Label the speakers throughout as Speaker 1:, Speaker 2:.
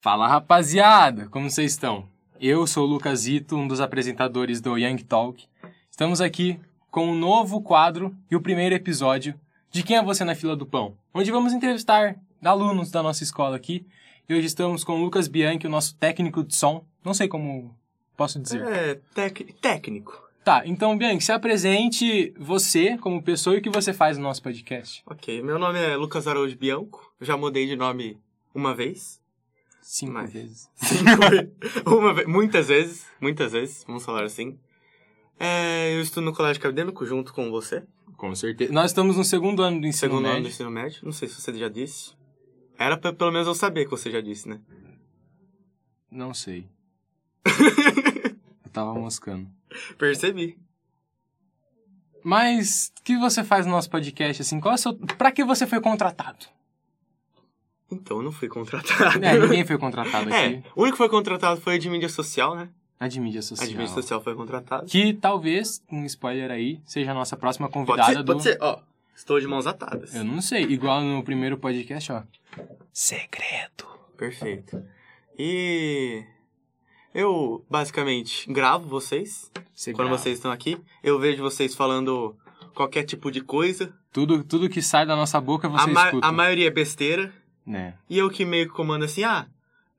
Speaker 1: Fala rapaziada, como vocês estão? Eu sou o Lucasito, um dos apresentadores do Young Talk. Estamos aqui com um novo quadro e o primeiro episódio de Quem é Você na Fila do Pão, onde vamos entrevistar alunos da nossa escola aqui. E hoje estamos com o Lucas Bianchi, o nosso técnico de som. Não sei como posso dizer.
Speaker 2: É, tec- técnico.
Speaker 1: Tá, então Bianchi, se apresente você como pessoa e o que você faz no nosso podcast.
Speaker 2: Ok, meu nome é Lucas Araújo Bianco. Já mudei de nome uma vez.
Speaker 1: Cinco
Speaker 2: Mas-
Speaker 1: vezes.
Speaker 2: Cinco- uma vez. Muitas vezes. Muitas vezes, vamos falar assim. É, eu estudo no colégio acadêmico junto com você.
Speaker 1: Com certeza. Nós estamos no segundo ano do ensino
Speaker 2: Segundo ano do
Speaker 1: médio.
Speaker 2: ensino médio. Não sei se você já disse. Era pra, pelo menos eu saber que você já disse, né?
Speaker 1: Não sei. Eu tava moscando.
Speaker 2: Percebi.
Speaker 1: Mas o que você faz no nosso podcast, assim? Qual é o seu... Pra que você foi contratado?
Speaker 2: Então eu não fui contratado.
Speaker 1: É, assim. ninguém foi contratado
Speaker 2: É,
Speaker 1: aqui.
Speaker 2: o único que foi contratado foi de mídia social, né?
Speaker 1: A de mídia
Speaker 2: A
Speaker 1: social.
Speaker 2: de mídia social foi contratado.
Speaker 1: Que talvez, um spoiler aí, seja a nossa próxima
Speaker 2: Pode
Speaker 1: convidada
Speaker 2: ser, pode
Speaker 1: do...
Speaker 2: ser, ó. Estou de mãos atadas.
Speaker 1: Eu não sei. Igual no primeiro podcast, ó. Secreto.
Speaker 2: Perfeito. E eu basicamente gravo vocês
Speaker 1: Você
Speaker 2: quando
Speaker 1: grava.
Speaker 2: vocês estão aqui. Eu vejo vocês falando qualquer tipo de coisa.
Speaker 1: Tudo, tudo que sai da nossa boca, você
Speaker 2: a, ma-
Speaker 1: escuta.
Speaker 2: a maioria é besteira.
Speaker 1: Né?
Speaker 2: E eu que meio que comando assim, ah,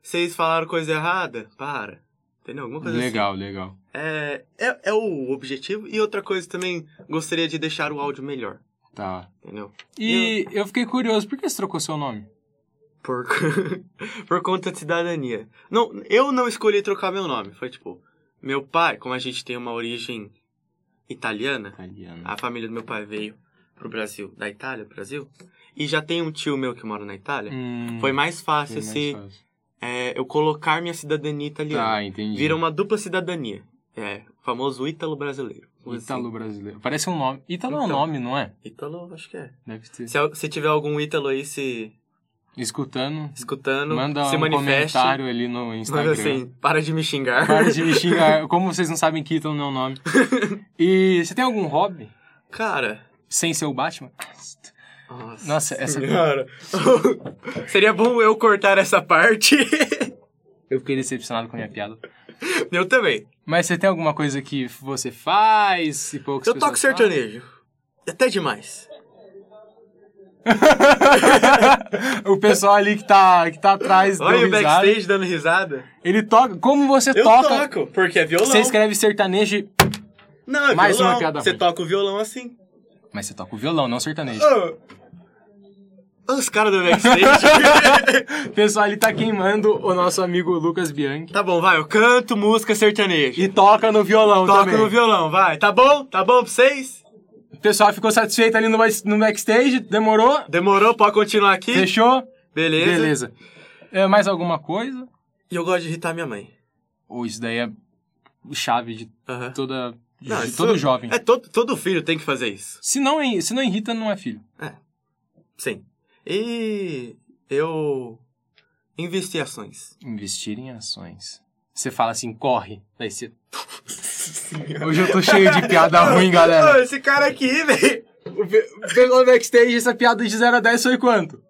Speaker 2: vocês falaram coisa errada? Para. Entendeu? Alguma coisa
Speaker 1: Legal, legal.
Speaker 2: assim. É, é, é o objetivo. E outra coisa também, gostaria de deixar o áudio melhor.
Speaker 1: Tá.
Speaker 2: Entendeu?
Speaker 1: E eu fiquei curioso, por que você trocou seu nome?
Speaker 2: Por, por conta de cidadania. Não, eu não escolhi trocar meu nome. Foi tipo, meu pai, como a gente tem uma origem italiana,
Speaker 1: Italiano.
Speaker 2: a família do meu pai veio pro Brasil, da Itália, pro Brasil, e já tem um tio meu que mora na Itália.
Speaker 1: Hum,
Speaker 2: Foi mais assim,
Speaker 1: foi
Speaker 2: fácil
Speaker 1: mais
Speaker 2: se
Speaker 1: fácil.
Speaker 2: é, eu colocar minha cidadania italiana.
Speaker 1: Tá, entendi.
Speaker 2: Vira um uma dupla cidadania. É, o famoso ítalo brasileiro. assim.
Speaker 1: Ítalo brasileiro. Parece um nome. Ítalo é um
Speaker 2: Então.
Speaker 1: nome, não é?
Speaker 2: Ítalo, acho que é.
Speaker 1: Deve ter.
Speaker 2: Se, se tiver algum ítalo aí se
Speaker 1: Escutando,
Speaker 2: escutando,
Speaker 1: manda
Speaker 2: se
Speaker 1: um
Speaker 2: manifeste.
Speaker 1: comentário ali no Instagram.
Speaker 2: Mas assim, para de me xingar.
Speaker 1: Para de me xingar. Como vocês não sabem que Ítalo não é o nome. E você tem algum hobby?
Speaker 2: Cara.
Speaker 1: Sem ser o Batman?
Speaker 2: Nossa.
Speaker 1: Nossa, essa-
Speaker 2: Senhora. Seria bom eu cortar essa parte.
Speaker 1: Eu fiquei decepcionado com a minha piada.
Speaker 2: eu também.
Speaker 1: Mas você tem alguma coisa que você faz e poucas
Speaker 2: eu toco
Speaker 1: pessoas fazem?
Speaker 2: sertanejo. Até demais.
Speaker 1: o pessoal ali que tá, que tá atrás do
Speaker 2: Olha o
Speaker 1: risada,
Speaker 2: backstage dando risada.
Speaker 1: ele toca. Como você
Speaker 2: Eu
Speaker 1: toca?
Speaker 2: toco, porque é violão.
Speaker 1: Você escreve sertanejo, e-
Speaker 2: Não, é
Speaker 1: Mais
Speaker 2: violão.
Speaker 1: uma piada
Speaker 2: Você
Speaker 1: ruim.
Speaker 2: toca o violão assim.
Speaker 1: mas você toca o violão, não sertanejo.
Speaker 2: Ô. Olha Os caras do backstage.
Speaker 1: O pessoal ali tá queimando o nosso amigo Lucas Bianchi
Speaker 2: tá bom, vai. Eu canto música sertaneja.
Speaker 1: e toca no violão
Speaker 2: toco
Speaker 1: também.
Speaker 2: no violão, vai. Tá bom? Tá bom pra vocês?
Speaker 1: O pessoal ficou satisfeito ali no, back- no backstage, demorou,
Speaker 2: Demorou? Pode continuar aqui?
Speaker 1: fechou,
Speaker 2: Beleza.
Speaker 1: beleza. É, mais alguma coisa?
Speaker 2: E eu gosto de irritar minha mãe.
Speaker 1: Ou isso daí é chave de
Speaker 2: Aham.
Speaker 1: toda de
Speaker 2: Não, isso-
Speaker 1: todo jovem?
Speaker 2: É, todo, todo filho tem que fazer isso.
Speaker 1: Se não en- se não irrita, não é filho.
Speaker 2: Sim. E eu investi em ações.
Speaker 1: Investir em ações. Você fala assim, corre. Daí você... Hoje eu tô cheio de piada Tá ruim, galera.
Speaker 2: Ô, Esse cara aqui, velho.
Speaker 1: Pegou no backstage, é essa piada de 0 a 10 foi quanto?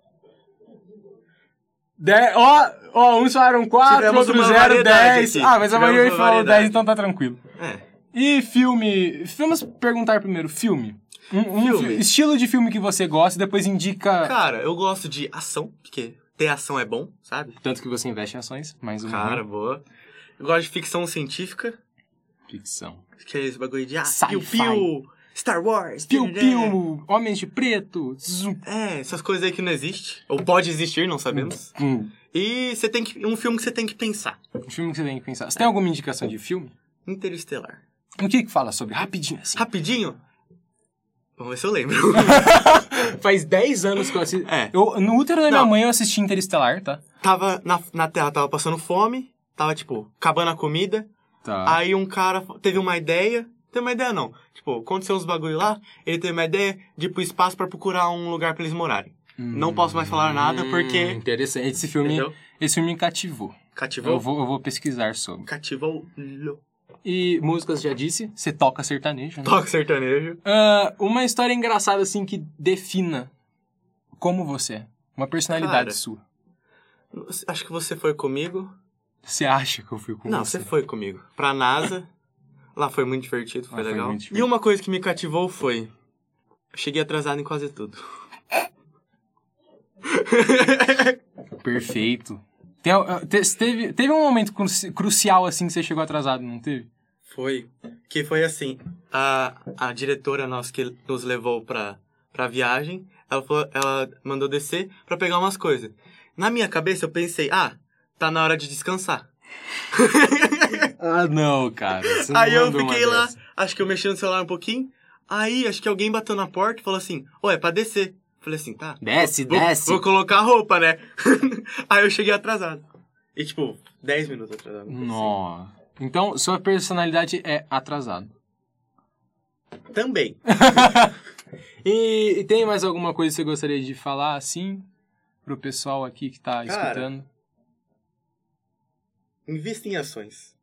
Speaker 1: De... Ó, ó, uns falaram 4,
Speaker 2: Tivemos
Speaker 1: outros
Speaker 2: uma
Speaker 1: 0,
Speaker 2: variedade
Speaker 1: 10.
Speaker 2: aqui.
Speaker 1: Ah, mas a
Speaker 2: Tivemos
Speaker 1: maioria
Speaker 2: uma
Speaker 1: falou
Speaker 2: variedade.
Speaker 1: 10, então tá tranquilo.
Speaker 2: É.
Speaker 1: E filme. Vamos perguntar primeiro: filme. Um, um
Speaker 2: Filme.
Speaker 1: fi- Estilo de filme que você gosta, depois indica.
Speaker 2: É. Cara, eu gosto de ação, porque ter ação é bom, sabe?
Speaker 1: Tanto que você investe em ações, mais uma
Speaker 2: Cara, boa. Eu gosto de ficção científica,
Speaker 1: ficção.
Speaker 2: que é esse bagulho de ah,
Speaker 1: Sci-fi.
Speaker 2: piu-piu, Star Wars, né,
Speaker 1: Piu-piu, Homens de Preto. zum.
Speaker 2: É, essas coisas aí que não existem. Ou pode existir, não sabemos.
Speaker 1: Hum,
Speaker 2: E você tem que. Um filme que você tem que pensar.
Speaker 1: Um filme que você tem que pensar. Você tem alguma indicação de filme?
Speaker 2: Interestelar.
Speaker 1: O que que fala sobre? Rapidinho, assim.
Speaker 2: Rapidinho? Vamos ver se eu lembro.
Speaker 1: Faz 10 anos que eu assisto.
Speaker 2: É.
Speaker 1: Eu, no útero da minha
Speaker 2: Não.
Speaker 1: mãe eu assisti Interestelar, tá?
Speaker 2: tava na, na Terra, tava passando fome, tava, tipo, acabando a comida.
Speaker 1: Tá.
Speaker 2: Aí um cara teve uma ideia. Teve uma ideia, não. Tipo, aconteceu uns bagulho lá, ele teve uma ideia de ir pro espaço pra procurar um lugar pra eles morarem. não posso mais falar nada, porque-
Speaker 1: Hum. Interessante. Esse filme,
Speaker 2: Entendeu?
Speaker 1: esse filme me cativou. Eu
Speaker 2: Cativou?
Speaker 1: vou, eu vou pesquisar sobre.
Speaker 2: Cativou. lo-
Speaker 1: E músicas, já disse, você toca sertanejo, né?
Speaker 2: Toque sertanejo.
Speaker 1: Ah, uma história engraçada, assim, que defina como você é. Uma personalidade
Speaker 2: Cara.
Speaker 1: sua.
Speaker 2: Acho que você foi comigo.
Speaker 1: Você acha que eu fui com
Speaker 2: Não,
Speaker 1: você?
Speaker 2: você foi comigo. Pra NASA. Lá foi muito divertido, foi
Speaker 1: Lá foi
Speaker 2: legal.
Speaker 1: muito
Speaker 2: E
Speaker 1: divertido.
Speaker 2: uma coisa que me cativou foi. eu Cheguei atrasado em quase tudo.
Speaker 1: Perfeito. Tem, eh, te- teve, teve um momento cruci- crucial assim que você chegou atrasado, não teve?
Speaker 2: Foi. Que foi assim, a, a diretora nossa que nos levou pra, pra viagem, ela, falou- ela mandou descer pra pegar umas coisas. Na minha cabeça eu pensei, ah, tá na hora de descansar.
Speaker 1: Ah, não, cara. Você não
Speaker 2: aí eu
Speaker 1: mandou uma
Speaker 2: fiquei lá,
Speaker 1: dessa.
Speaker 2: acho que eu mexi no celular um pouquinho, aí acho que alguém bateu na porta e falou assim, ô, é pra descer. Falei assim, tá,
Speaker 1: Desce,
Speaker 2: vou,
Speaker 1: desce.
Speaker 2: vou colocar a roupa, né? aí eu cheguei atrasado. E tipo, 10 minutos atrasado.
Speaker 1: Nó. Então, sua personalidade é atrasado.
Speaker 2: Também.
Speaker 1: E, e tem mais alguma coisa que você gostaria de falar, assim, pro pessoal aqui que tá
Speaker 2: Cara.
Speaker 1: escutando?
Speaker 2: Invista em ações.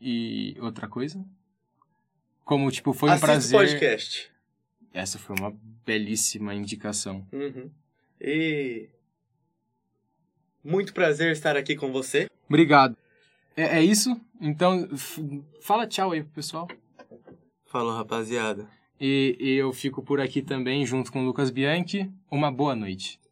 Speaker 1: E outra coisa? Como, tipo, foi um
Speaker 2: Assista o
Speaker 1: prazer...
Speaker 2: podcast.
Speaker 1: Essa foi uma belíssima indicação.
Speaker 2: Uhum. E. Muito prazer estar aqui com você.
Speaker 1: Obrigado. É, é isso? Então, f- fala tchau aí pro pessoal.
Speaker 2: Falou, rapaziada.
Speaker 1: E, e eu fico por aqui também, junto com o Lucas Bianchi. Uma boa noite.